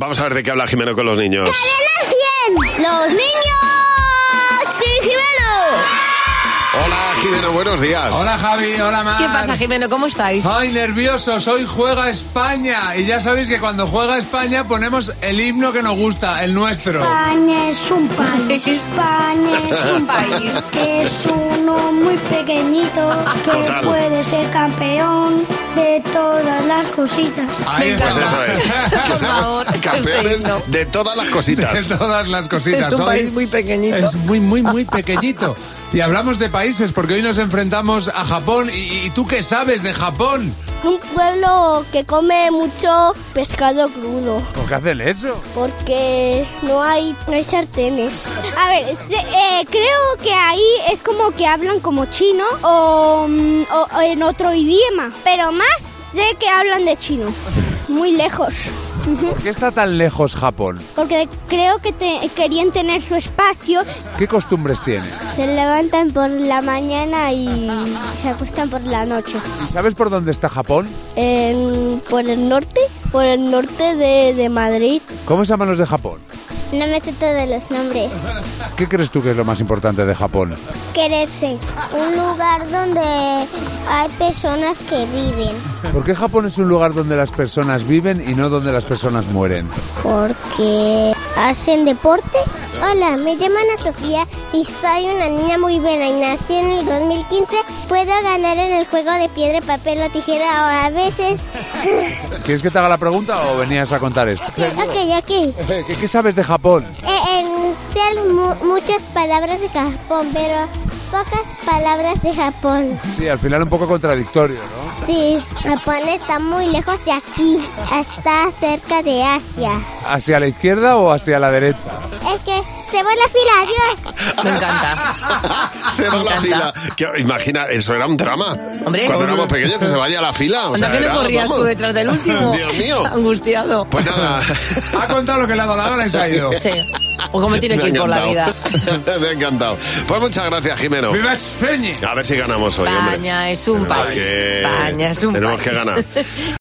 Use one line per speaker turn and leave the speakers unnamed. Vamos a ver de qué habla Jimeno con los niños.
Los niños. Sí,
Hola, Jimeno, buenos días.
Hola Javi, hola Mar.
¿Qué pasa, Jimeno? ¿Cómo estáis?
Ah,
Ay, nerviosos, hoy juega España. Y ya sabéis que cuando juega España ponemos el himno que nos gusta, el nuestro.
Ah,
Pan es un país. Pan es un país. Es uno muy pequeñito que
Total.
puede ser campeón de todas las cositas.
Ahí
Me
está.
Pues eso es. Que
Por
seamos
favor,
campeones
este himno.
de todas las
De
cositas.
todas las cositas.
Es un
Hoy
país muy pequeñito.
Es muy, muy, muy pequeñito. Y hablamos de países porque hoy nos enfrentamos a Japón. ¿Y, y tú qué sabes de Japón?
Un pueblo que come mucho pescado crudo,
¿Por qué hacen eso?
porque no hay, no hay sartenes. A ver, se- eh, creo que ahí es como que hablan como chino o, mm, o- o en otro idioma, pero más sé que hablan de chino, muy lejos. Ujú,
¿Por qué está tan lejos Japón?
Porque creo que te- querían tener su espacio.
¿Qué costumbres tiene?
Se levantan por la mañana y se acuestan por la noche.
¿Y sabes por dónde está Japón?
por el norte, por el norte de, de Madrid.
¿Cómo se llaman los de Japón?
No me sé todos los nombres.
¿Qué crees tú que es lo más importante de Japón?
Quererse. Un lugar donde hay personas que viven.
¿Por qué Japón es un lugar donde las personas viven y no donde las personas mueren?
Porque hacen deporte. Hola, me llamo Ana Sofía y soy una niña muy buena y nací en el 2015. Puedo ganar en el juego de piedra, papel o tijera o a veces.
¿Quieres que te haga la pregunta o venías a contar esto?
ok, ok.
¿Qué, qué sabes de Japón?
Eh, en ser mu- muchas palabras de Japón, pero pocas palabras de Japón.
Sí, al final un poco contradictorio, ¿no?
Sí, Japón está muy lejos de aquí, está cerca de Asia.
¿Hacia la izquierda o hacia la derecha?
Es que se va la fila, adiós.
Me encanta.
Se va
Me
la fila.
encanta.
Que- imagina, eso era un drama.
Hombre.
Cuando éramos pequeños, que se vaya a la fila. O
¿Anda
sea,
que no
era,
corrías
vamos.
tú detrás del último?
Dios mío.
Angustiado.
Pues nada.
Ha contado lo que le ha dado la gana y se ha ido.
Sí. O como tiene
Me ha
que ir por la vida.
encantado. Me ha encantado. Pues muchas gracias, Jimeno.
¡Viva España!
A ver si ganamos hoy, hombre.
España es un
Tenemos
país.
que-
España es un
Tenemos
país.
que ganar.